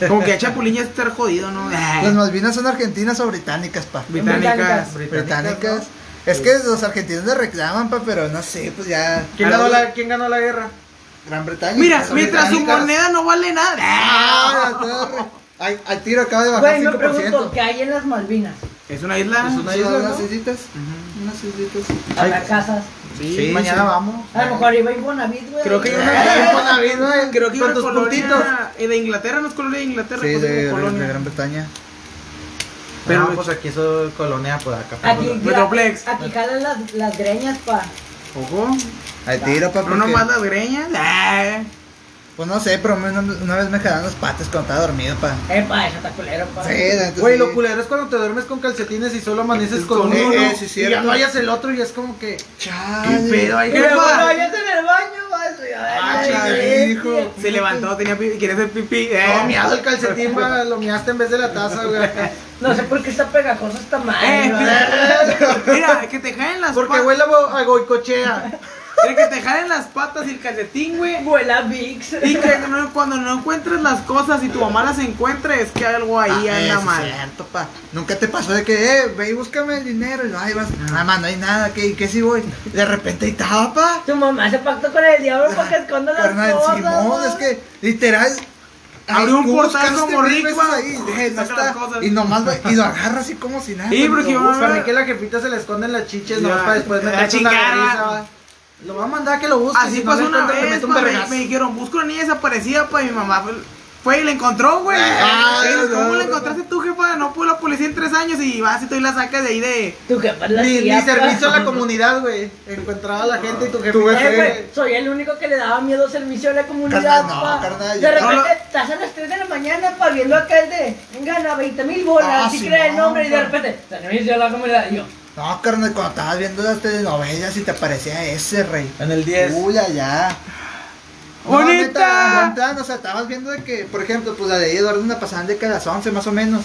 C: Como que chapulín ya es estar jodido, ¿no?
B: Las Malvinas son argentinas o británicas, pa.
C: Británicas.
D: Británicas.
B: Británicas. Es que los argentinos le reclaman, pa, pero no sé, pues ya.
A: ¿Quién ganó, la, quién ganó la guerra?
B: Gran Bretaña.
C: Mira,
B: son
C: mientras su
B: británicas.
C: moneda no vale nada.
B: Ah, la torre. Ay, Al tiro acaba de bajar
D: Güey, me pregunto,
B: 5%.
D: ¿qué hay en las Malvinas?
C: ¿Es una isla?
A: Es una
B: Unas
A: isla, ¿no?
B: unas islitas. Unas islitas.
D: Habrá casas.
C: Sí,
A: mañana
C: sí.
A: vamos.
D: A lo mejor iba Infonavit, güey.
C: Creo que hay
A: Eh,
C: una,
A: Infonavit, güey,
C: creo que hay
A: con
C: una
A: tus
C: colonia
A: puntitos.
C: eh, de Inglaterra, no es colonia de Inglaterra,
B: Sí,
C: pues,
B: de,
C: como
B: de
C: colonia.
B: Gran Bretaña.
C: Pero-
A: Pero pues aquí eso colonia por acá. por
D: Aquí,
A: acá.
C: Metroplex.
D: Aquí jalan las, las greñas, pa.
C: Ojo,
B: Al tiro, pa,
C: pero no
B: porque-
C: más las greñas. Ah.
B: Pues no sé, pero una, una vez me jalaron los patas cuando estaba dormido, pa.
D: Eh, pa, eso está culero, pa.
B: Sí, la neta
A: Güey,
B: sí.
A: lo culero es cuando te duermes con calcetines y solo amaneces con uno.
B: Eh, eh, sí,
A: y
B: cierto.
A: ya no hayas el otro y es como que.
B: Chale.
A: Pero hay
D: Pero
C: Epa.
D: cuando vayas en el baño, vas.
B: Ah, hijo.
C: Se levantó, tenía pipi, quería hacer pipí.
A: No,
C: Eh,
A: miado el calcetín, va, lo miaste en vez de la taza, güey.
D: No sé por qué está pegajosa esta
C: Eh,
D: madre. güey.
C: mira, mira, que te jalen las
A: Porque
C: patas.
A: huele a bo- a goicochea.
C: Mira, que te jalen las patas y el calcetín, güey.
D: Huele a Vicks.
C: Y que no- cuando no encuentres las cosas y tu mamá las encuentre, es que algo ahí
B: Ah,
C: anda
B: eso
C: mal.
B: es cierto, pa. Nunca te pasó de que, eh, ve y búscame el dinero. Y no, ahí vas, nada más, no hay nada, ¿qué, ¿Y qué si voy? De repente ahí estaba, pa.
D: Tu mamá se pactó con el diablo para que esconda las
B: Carnal,
D: cosas.
B: Simón,
D: ¿no?
B: es que, literal.
C: Abrió un
B: tú
C: portal
B: buscaste
C: como
B: mil
C: Rick,
B: veces
C: pa.
B: ahí, eh, no
C: Saca
B: está,
C: las cosas.
B: y nomás va- y lo agarra así como si nada.
C: Sí,
B: lo
C: porque yo-
B: busca.
A: Para mí que la jefita se le esconden las chiches, nomás
C: Ya.
A: para después
C: La
A: meterse una
C: chingada.
A: risa, va. Lo va a mandar a Pues que lo busque.
C: Así
A: si no
C: pasó
A: lo
C: una
A: encuentra, le
C: vez,
A: mete un
C: pa, me,
A: vergazo.
C: me dijeron, busco una niña desaparecida, pues mi mamá fue, fue y la encontró, güey.
A: Ah,
C: Y dices,
A: no,
C: ¿Cómo la
A: no,
C: encontraste tú, jefa? No pudo la policía en tres años y vas y tú y la sacas de ahí de...
E: Tu jefa es la
A: Ni,
E: tía,
A: ni servicio
E: pa.
A: a la comunidad, güey. Encontraba a la gente y tu jefe.
B: Tu jefe.
E: Eh, güey, soy el único que le daba miedo servicio a la comunidad.
B: Carnal, no,
E: pa. de
B: carnal, yo-
E: repente
C: no lo-
E: estás a las 3 de la mañana pa, viendo acá el de gana 20 mil bolas,
B: Ah,
E: si
B: sí,
E: crees el
B: no,
E: nombre, y de
B: pa.
E: repente servicio a la comunidad. Y yo,
B: No, carnal, cuando estabas viendo las telenovelas y te parecía ese, rey.
A: En el 10.
B: Uy, allá.
C: ¡Bonita!
B: o sea, estabas viendo de que, por ejemplo, pues la de Eduardo una pasaban de que a las 11 más o menos.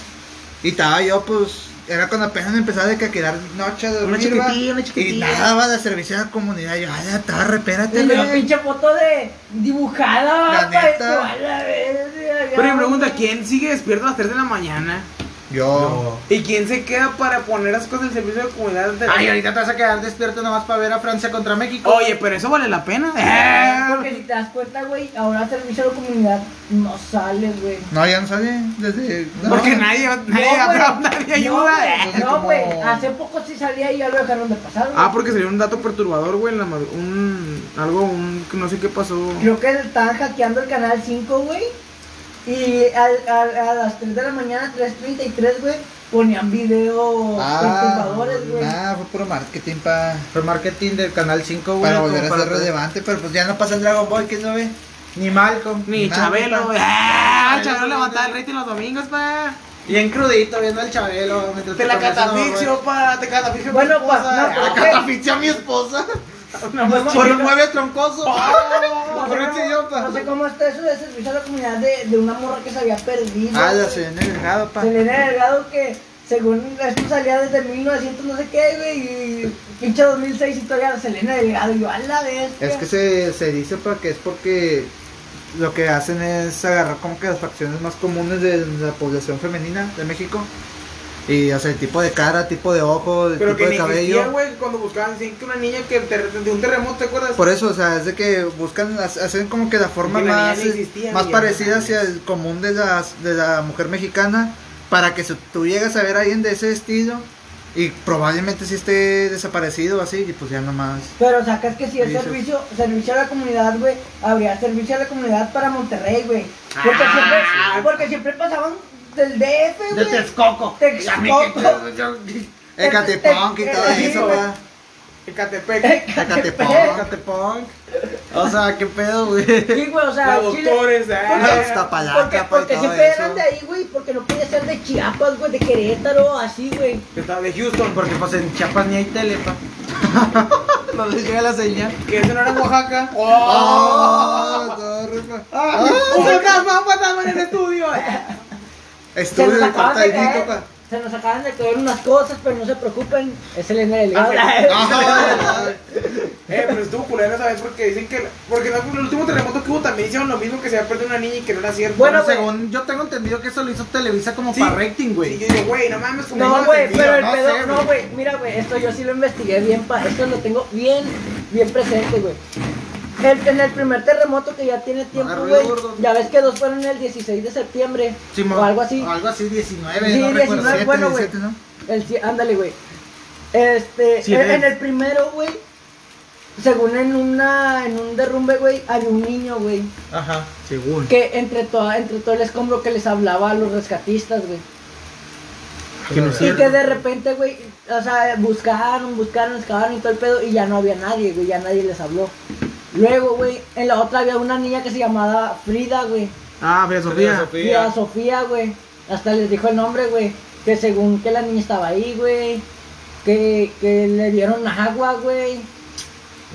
B: Y estaba yo, pues, era cuando apenas me empezaba de que a quedar noche a dormir.
C: Una chiquitilla,
B: va.
C: una
B: Y
C: chiquitilla.
B: nada, va de servicio a la comunidad. Yo, ay, la tarde, espérate,
E: y
B: güey.
E: la pinche foto de dibujada,
B: La
E: pa, y
B: neta.
E: yo, a la verga, ya,
C: Pero me pregunta,
E: güey.
C: ¿quién sigue despierto a las 3 de la mañana?
B: Yo.
C: ¿Y quién se queda para poner las cosas del servicio de comunidad? de-
A: Ay, ahorita te vas a quedar despierto nomás para ver a Francia contra México.
C: Oye, pero eso vale la pena.
D: Porque si te das cuenta, güey, ahora servicio a la comunidad no sale, güey.
B: No, ya no sale desde. no.
C: Porque nadie, nadie,
D: No, güey.
C: abra- nadie
D: No,
C: ayuda.
D: güey, No,
B: Como-
D: güey. Hace poco sí salía y ya lo dejaron de pasar, güey.
C: Ah, porque salió un dato perturbador, güey, en la madru- un algo un no sé qué pasó.
D: Creo que estaban hackeando el canal 5, güey. Y al- al- a las 3 de la mañana, 3.33, güey, ponían videos
B: Ah,
D: perturbadores, güey.
B: nada, fue puro marketing pa-
A: Fue marketing del canal 5, güey.
B: para
A: como
B: volver a ser
A: todo.
B: relevante, pero pues ya no pasa el Dragon Ball, ¿quién no ve?
A: Ni Malcolm.
C: Ni
B: Nada,
C: Chabelo.
B: güey.
C: Ah, Chabelo levantaba el rating los domingos, pa.
A: Bien crudito viendo al Chabelo. mientras
C: Te la
A: comes una
C: catafixio, pa. Te catafixio.
D: Bueno,
C: mi esposa.
D: pa, no,
A: barbacoa. La catafixia a mi esposa.
C: No, más
A: Por
C: chiquito.
A: un mueve troncoso.
D: No sé
A: Por un
D: cómo-
A: idiota.
D: No sé cómo está eso de servicio a la comunidad de, de una morra que se había perdido.
B: Ah, la
D: güey.
B: Selena Delgado, pa.
D: Selena Delgado que según esto salía desde 1900 no sé qué, güey, y pinche 2006 y todavía Selena Delgado, y yo a la bestia.
B: Es que se, se dice para que es porque lo que hacen es agarrar como que las facciones más comunes de la población femenina de México. Y o sea, el tipo de cara, tipo de ojo, el
C: Pero que
B: tipo
C: ni
B: de cabello.
C: existía, güey, cuando buscaban decían que una niña que ter- de un terremoto, ¿te acuerdas?
B: Por eso, o sea, es de que buscan, las- hacen como que la forma
C: Que la niña
B: más,
C: no existía,
B: más
C: güey,
B: parecida
C: no
B: hacia el común de, las, de la mujer mexicana para que si tú llegas a ver a alguien de ese estilo y probablemente si esté desaparecido así y pues ya nomás.
D: Pero sacas que si el
B: Dices.
D: servicio, servicio a la comunidad, güey, habría servicio a la comunidad para Monterrey, güey. Porque,
A: Ah,
D: siempre,
A: sí.
D: porque siempre pasaban del DF,
A: De
D: güey.
A: Texcoco.
D: Texcoco.
B: El catepunk y todo
D: Sí,
B: eso,
D: güey.
B: va.
C: Ecatepec.
B: El catepunk.
A: Catepunk. O sea, qué pedo, güey.
D: Sí, güey, o sea,
C: Los
D: al chile-
C: doctores,
D: Porque-
B: Los
C: ah.
B: tapalacas,
D: porque,
B: pa, y
D: porque
B: todo
D: siempre
B: eso.
D: eran de ahí, güey, porque no podía ser de Chiapas, güey, de Querétaro, así, güey.
C: Que estaba de Houston,
A: Porque pues en Chiapas ni hay telepa. no les llega la señal.
C: que eso no era en Oaxaca. Ah.
B: Oh, torre, pa.
C: ¡Oaxaca, vamos a en el estudio! eh.
D: Se
B: Estudio
D: nos,
B: del
D: acaban de
B: Cortainito,
D: caer,
B: pa.
D: se nos acaban de caer unas cosas, pero no se preocupen, es el N delgado.
B: No,
C: Eh, pero estuvo culero esa vez porque dicen que. Porque no, el último terremoto que hubo también hicieron lo mismo que se había perdido una niña y que no era cierto.
D: Bueno,
A: Bueno,
D: güey.
A: según yo tengo entendido que eso lo hizo Televisa como
C: Sí.
A: para rating,
C: Y
A: güey.
C: yo digo, güey, no mames, como
D: No,
C: no
D: güey,
C: entendí,
D: pero el
A: no
D: pedo,
A: sé,
D: no, güey, mira, güey, esto yo sí lo investigué bien, pa, esto lo tengo bien, bien presente, güey. El, en el primer terremoto que ya tiene tiempo,
A: Agarró el
D: güey,
A: gordo.
D: ya ves que dos fueron el 16 de septiembre,
A: Simón.
D: o algo así.
B: Ah,
A: Algo así, 19,
D: Sí,
A: no recuerdo.
D: 19.
B: Siete,
D: bueno, güey.
B: siete, ¿no?
D: El, ci- ándale, güey. Este,
A: Sí,
D: en,
A: ves.
D: en el primero, güey, según en una, en un derrumbe, güey, había un niño, güey,
A: Ajá, según.
D: que entre toda, entre todo el escombro que les hablaba a los rescatistas, güey.
A: Que no es
D: Y
A: cierto.
D: que de repente, güey, o sea, buscaron, buscaron, excavaron y todo el pedo y ya no había nadie, güey, ya nadie les habló. Luego, güey, en la otra había una niña que se llamaba Frida, güey,
C: Ah, pero Sofía.
D: y a Sofía, güey, hasta les dijo el nombre, güey, que según que la niña estaba ahí, güey, que, que le dieron agua, güey.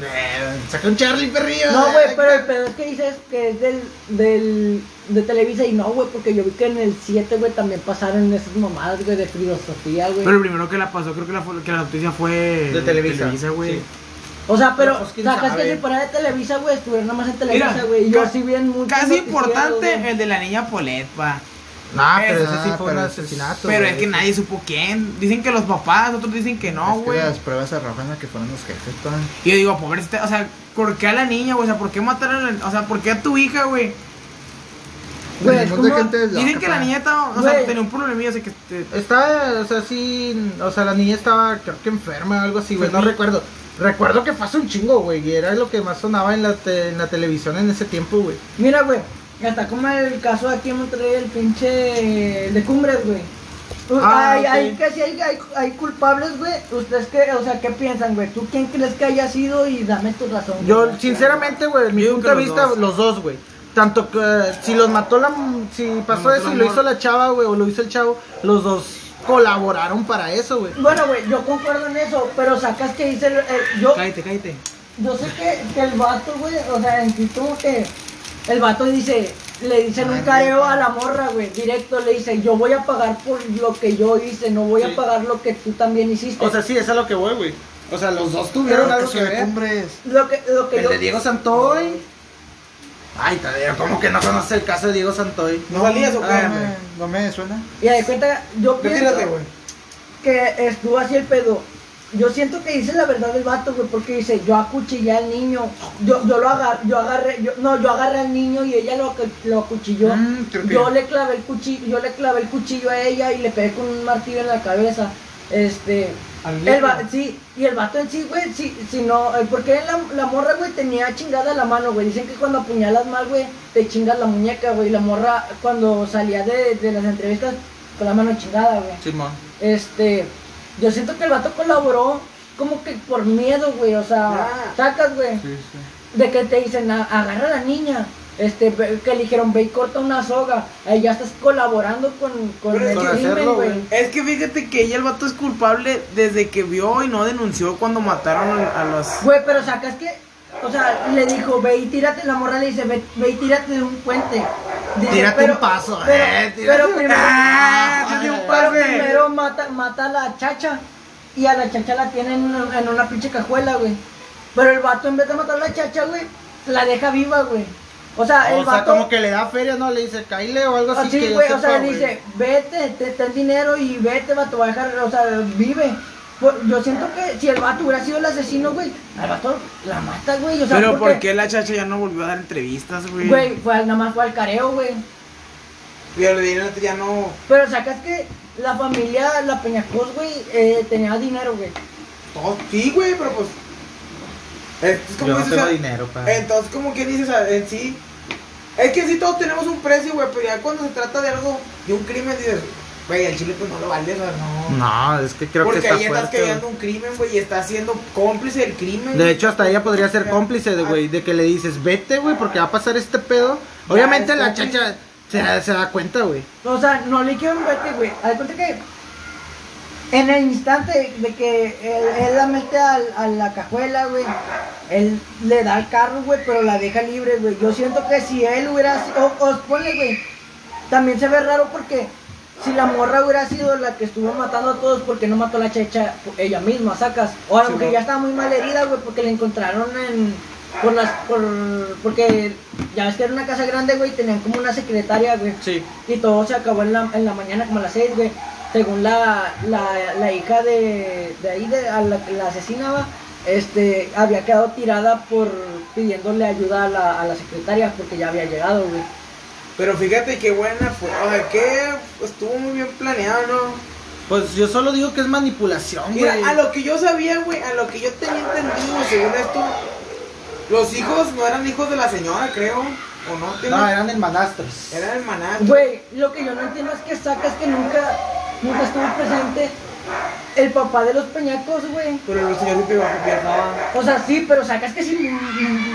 A: Eh, Saca un Charlie perrillo.
D: No, güey,
A: eh,
D: pero el pedo es que dices que es del, del, de Televisa y no, güey, porque yo vi que en el 7, güey, también pasaron esas mamadas, güey, de Frida Sofía, güey.
C: Pero el primero que la pasó, creo que la, fue- que la noticia fue.
A: De Eh, Televisa.
C: güey.
A: Sí.
D: O sea, pero
A: No, pues, quién
D: sacas
A: sabe.
D: que si fuera de Televisa, güey, estuviera nomás en Televisa,
C: Mira,
D: güey. y Yo
C: ca-
D: sí vi en muchos
C: Casi
D: noticieros,
C: importante
D: güey.
C: el de la niña Polet, pa.
A: No, pero
C: Eh,
A: ese sí
B: ah,
A: fue un
B: pero ese-
A: asesinato.
C: Pero es
A: güey.
C: que nadie supo quién. Dicen que los papás, otros dicen que no,
B: Es que
C: güey.
B: Las pruebas arrojan a que fueron los jefes, pa.
C: Y yo digo, pobrecita, o sea, ¿por qué a la niña, güey? O sea, ¿por qué mataron a la, O sea, ¿por qué a tu hija, güey?
D: Güey,
B: El mundo
D: ¿cómo?
B: de gente es
C: Dicen
B: loca,
C: que la
B: pa.
C: niña estaba, o sea,
D: Güey.
C: tenía un problemilla, así que este,
A: Estaba, o sea, sí, o sea, la niña estaba, creo que enferma o algo así, güey, no recuerdo. Recuerdo que fue hace un chingo, güey. Y era lo que más sonaba en la, te- en la televisión en ese tiempo, güey.
D: Mira, güey, está como el caso aquí en Monterrey, el pinche de Cumbres, güey. U-
A: Ah,
D: hay,
A: ok.
D: hay, que si hay, hay, hay culpables, güey. ¿Ustedes qué, o sea, qué piensan, güey? ¿Tú quién crees que haya sido y dame tu razón? güey.
A: Yo, sinceramente, güey, mi
C: Yo digo
A: punto de
C: que los
A: vista,
C: dos.
A: los dos, güey. Tanto que eh, si los mató la. Si pasó
C: mató
A: eso
C: la
A: y lo
C: morra.
A: hizo la chava, güey, o lo hizo el chavo, los dos colaboraron para eso, güey.
D: Bueno, güey, yo concuerdo en eso, pero sacas que dice. el- el- yo,
C: Cállate, cállate.
D: yo sé que, que el vato, güey, o sea, en sí como que. El vato dice. Le dicen
A: Ah,
D: un careo a la morra, güey, directo. Le dice: Yo voy a pagar por lo que yo hice, no voy
A: Sí.
D: a pagar lo que tú también hiciste.
A: O sea, sí, es a lo que voy, güey. O sea, los dos tuvieron algo que
B: ¿Eh?
A: ver.
B: cumbres.
D: lo que, lo que
A: El
D: yo.
A: de Diego Santoy. Ay, todavía, ¿cómo que no conoces el caso de Diego Santoy?
C: ¿No salías o qué?
B: Ah, me- No me suena.
D: Y de cuenta, yo pienso
C: Retírate, güey.
D: que estuvo así el pedo. Yo siento que dice la verdad el vato, güey, porque dice, yo acuchillé al niño, yo, yo lo agarré, yo agarré, yo, no, yo agarré al niño y ella lo, acu- lo acuchilló.
B: Mm, creo que-
D: yo le clavé el cuchillo, yo le clavé el cuchillo a ella y le pegué con un martillo en la cabeza. Este,
C: Al
D: el va-
C: niño.
D: sí, y el vato en sí, güey, si, si no, eh, porque la, la morra, güey, tenía chingada la mano, güey. Dicen que cuando apuñalas mal, güey, te chingas la muñeca, güey. La morra, cuando salía de, de las entrevistas, con la mano chingada, güey.
A: Simón.
D: Este, yo siento que el vato colaboró como que por miedo, güey, o sea, sacas, güey,
B: Sí, sí.
D: de que te dicen, "A- agarra a la niña, este, ve- que le dijeron, ve y corta una soga, ahí ya estás colaborando con, con
C: Pero es
D: el
A: que-
D: crimen,
A: hacerlo,
D: güey.
A: güey.
C: Es que fíjate que ella el vato es culpable desde que vio y no denunció cuando mataron a los.
D: Güey, pero sacas que, o sea, le dijo, ve y tírate, la morra le dice, ve, ve y tírate de un puente. Dice,
A: Tírate
D: "Pero-
A: un paso,
D: pero,
A: eh, tírate
D: pero
A: un-
D: primero,
A: Ah, tírate un
D: pero
A: pase.
D: primero mata, mata a la chacha y a la chacha la tienen en una, en una pinche cajuela, güey. Pero el vato en vez de matar a la chacha, güey, la deja viva, güey. O sea, Ah, el
A: O sea,
D: vato...
A: como que le da feria, ¿no? Le dice, caile o algo así.
D: Así,
A: que yo
D: güey, o
A: sepa,
D: sea,
A: güey.
D: dice, vete, te ten dinero y vete, vato, va a dejar, o sea, vive. Por- Yo siento que si el vato hubiera sido el asesino, güey, al vato la mata, güey. O sea,
C: Pero
D: porque,
C: ¿por qué la chacha ya no volvió a dar entrevistas, güey?
D: Güey, fue al- nada más fue al careo, güey.
C: Ya le dieron- ya no.
D: Pero sacas que la familia, la Peñacos, güey, eh, tenía dinero, güey.
C: Todo, sí, güey, pero pues. Es, es como
A: Yo no
C: dices, o
A: tengo
C: sea,
A: dinero, pa.
C: Entonces, como que dices, o sea, en sí. Es que en sí todos tenemos un precio, güey, pero ya cuando se trata de algo, de un crimen, dices, güey, el chile pues no lo vale, o sea, no.
A: No, es que creo
C: Porque
A: que está
C: ahí estás
A: fuerte.
C: creando
A: güey.
C: un crimen, güey, y estás siendo cómplice del crimen.
A: De hecho, hasta ella podría ser cómplice de, güey, de que le dices, vete, güey, porque va a pasar este pedo.
C: Ya,
A: Obviamente la
C: está, güey.
A: chacha se da, se da cuenta, güey.
D: O sea, no le quiero verte, güey. Haz de cuenta que en el instante de que él, él la mete al- a, la cajuela, güey, él le da el carro, güey, pero la deja libre, güey. Yo siento que si él hubiera sido, o, o ponle, güey, también se ve raro porque si la morra hubiera sido la que estuvo matando a todos porque no mató a la checha ella misma, sacas. O a lo
C: Sí,
D: mejor
C: no.
D: ya estaba muy mal herida, güey, porque la encontraron en... Por las, por, porque ya ves que era una casa grande, güey, tenían como una secretaria, güey.
A: Sí.
D: Y todo se acabó en la, en la mañana, como a las 6, güey. Según la, la, la hija de, de ahí, de, a la que la asesinaba, este, había quedado tirada por pidiéndole ayuda a la, a la secretaria porque ya había llegado, güey.
C: Pero fíjate qué buena fue, o sea, que estuvo muy bien planeado, ¿no?
A: Pues yo solo digo que es manipulación, güey.
C: Mira, a lo que yo sabía, güey, a lo que yo tenía entendido, según esto, los hijos no eran hijos de la señora, creo, o no, tengo-
A: No, eran hermanastros.
C: eran hermanas.
D: Güey, lo que yo no entiendo es que sacas que nunca, nunca estuvo presente el papá de los peñacos, güey.
C: Pero el señor Lupe bajo pierna.
D: O sea, sí, pero sacas que si mm,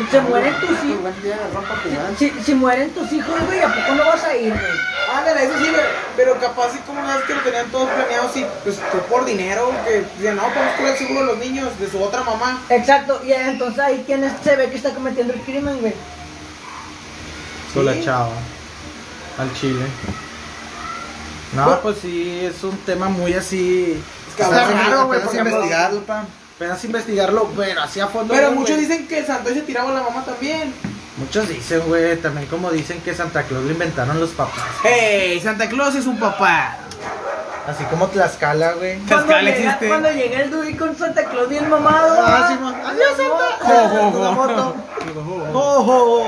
D: mm, se mueren tus hijos, si, si mueren tus hijos, güey, ¿a poco no vas a ir, güey?
C: Ándale, eso sí, güey, pero capaz sí como una vez que lo tenían todos planeados y pues fue por dinero, que decían, no, vamos a cubrir el seguro de los niños de su otra mamá.
D: Exacto, y entonces ahí quién es- se ve que está cometiendo el crimen, güey.
A: Pues, Con la
C: Sí.
A: chava. Al chile. No, pues sí, es un tema muy así.
C: Está
B: Apenas-
A: raro, güey,
B: apenas
A: porque
B: investigarlo, pa.
A: Apenas investigarlo, pero así a fondo.
C: Pero
A: no,
C: muchos
A: güey.
C: dicen que el Santoy se tiraba a la mamá también.
A: Muchos dicen, güey, también como dicen que Santa Claus lo inventaron los papás.
C: ¡Hey! Santa Claus es un papá.
A: Así como Tlaxcala, güey.
D: Cuando
C: Tlaxcala
D: llega,
C: existe.
D: cuando llega el Dewey con Santa Claus bien mamado.
A: Ah,
D: ¿verdad?
A: sí, mo- adiós, Santa.
D: Ajá.
A: Con la moto. Ojo.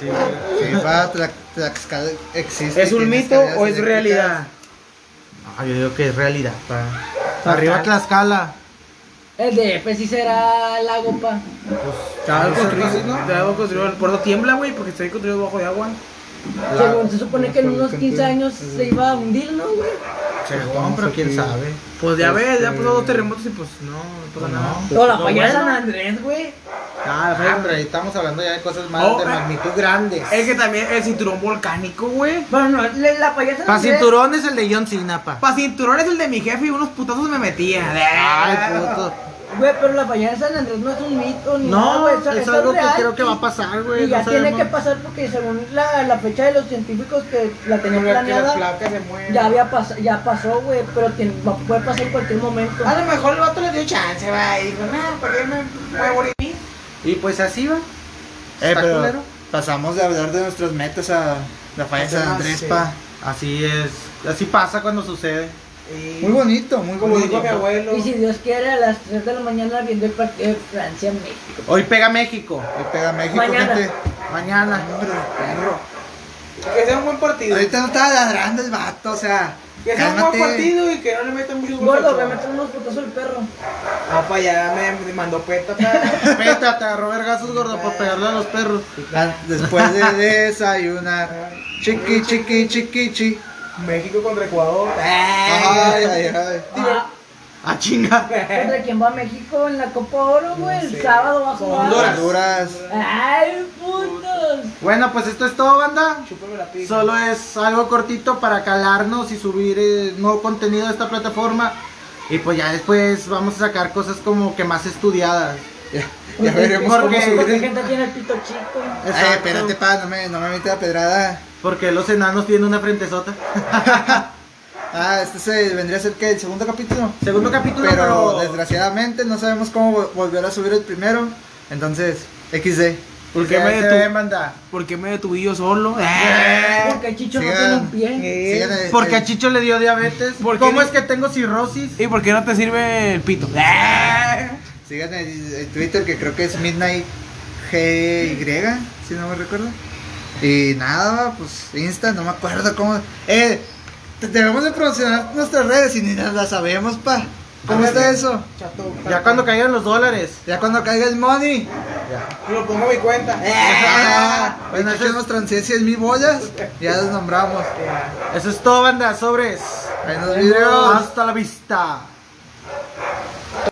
A: Sí, güey.
B: Sí, pa, Tla- Tlaxcala existe.
A: ¿Es este un
B: tiene
A: mito
B: escaleras
A: o es Ah,
B: eléctricas.
A: realidad? No, yo digo que es realidad, pa. Arriba Tlaxcala.
D: El DF sí será lago, pa.
C: Está
A: No sé,
C: construido,
A: casi, ¿no?
C: está algo construido. Por eso tiembla, güey, porque está ahí construido bajo de agua.
D: Según se supone que en unos 15 años se iba a hundir, ¿no, güey?
A: Según, pero quién sabe.
C: Pues ya ves, ya
B: Este-
C: pasó dos terremotos y pues no, no pasa nada.
A: Pues,
D: O la
C: Lo
D: falla de San
C: bueno-
D: Andrés, güey.
A: Ah, hombre, estamos hablando ya de cosas más
C: Oh,
A: de
C: eh.
A: magnitud grandes.
C: Es que también el cinturón volcánico, güey.
D: Bueno, no, le- la falla de San
A: Pa'
D: Andrés.
A: cinturones el de John Cena, pa.
C: Pa' cinturón es el de mi jefe y unos putazos me metía.
A: Ay, puto.
D: Güey, pero la falla de San Andrés no es un mito ni nada,
A: No,
D: güey. eso-
A: es
D: eso
A: algo que
D: real
A: creo que
D: y-
A: va a pasar, güey.
D: Y ya
A: no
D: tiene
A: sabemos.
D: que pasar porque según la, la fecha de los científicos que la tenían planeada,
C: se mueven.
D: ya había pas- ya pasó, güey, pero tiene- va- puede pasar en cualquier momento.
C: A lo mejor el vato le dio chance, va, y dijo, no, ¿por qué me voy a morir?
A: Y pues así va.
B: Eh,
A: Está
B: pero
A: culero.
B: pasamos de hablar de nuestras metas a la falla de San
C: Ah,
B: Andrés,
C: sí.
B: pa.
A: Así es. Así pasa cuando sucede.
B: Muy bonito, muy
C: Como dijo
B: bonito.
C: mi abuelo.
D: Y si Dios quiere, a las 3 de la mañana viendo el partido de Francia-México.
A: Hoy pega México.
B: Ahí pega México,
D: Mañana.
B: gente.
A: Mañana.
B: Hombre, perro.
C: Que sea un buen partido.
B: Ahorita no estaba ladrando el vato, o sea.
C: Que sea un
B: cálmate.
C: buen partido y que no le metan muchos goles.
D: Gordo, me meten unos putazos el perro.
C: No, pa, ya me, me mandó peta, pa.
A: Pétate, agarró vergazos, gordo, para pegarle a los perros.
B: Ah, Después de desayunar. Chiqui, chiqui, chiqui, chi.
C: México contra Ecuador.
B: Ay, ay, ay.
D: Ah, ¿eh?
A: A chinga.
D: ¿Contra quién va México en la Copa Oro, güey? El sábado va a jugar.
C: Honduras.
B: Honduras. Eh,
D: ¡Ay, putos!
A: Bueno, pues esto es todo, banda.
C: Chúpame la pizza.
A: Solo es algo cortito para calarnos y subir eh, nuevo contenido a esta plataforma. Y pues ya después vamos a sacar cosas como que más estudiadas.
B: Ya, ya veremos
A: Porque-
B: cómo subir
D: Porque
B: el-
D: gente tiene el pito chico.
B: Ay, espérate, pa, no me, no me metas la pedrada.
A: Porque los enanos tienen una frentezota.
B: Ah, este se vendría a ser que el segundo capítulo.
A: Segundo capítulo,
B: Pero,
A: pero,
B: desgraciadamente no sabemos cómo vol- volver a subir el primero. Entonces, XD.
C: ¿Por qué
A: Ya
C: me
A: se
C: detuvo?
A: ve, banda.
C: ¿Por qué me detuví yo solo?
B: Eh,
D: Porque Chicho no tiene un pie.
B: sigan el-
A: Porque
B: el-
A: a Chicho le dio diabetes.
C: ¿Por qué
A: ¿Cómo
C: no?
A: es que tengo cirrosis?
C: ¿Y por qué no te sirve el pito?
B: Sigan el, el Twitter que creo que es Midnight GY, si no me recuerdo. Y nada, pues Insta, no me acuerdo cómo. Eh, te- debemos de promocionar nuestras redes y ni nos las sabemos, pa. ¿Cómo
C: A ver,
B: está eso?
C: Chato,
A: Ya cuando caigan los dólares.
B: Ya cuando caiga el money.
C: Lo pongo a mi cuenta.
B: Ah,
A: Bueno,
B: bueno,
A: eso es-
B: nos transé 100 mil bolas. Ya las nombramos.
A: Eso es todo, banda. Sobres.
B: Ahí nos
A: Adiós.
B: vemos.
A: Hasta la vista.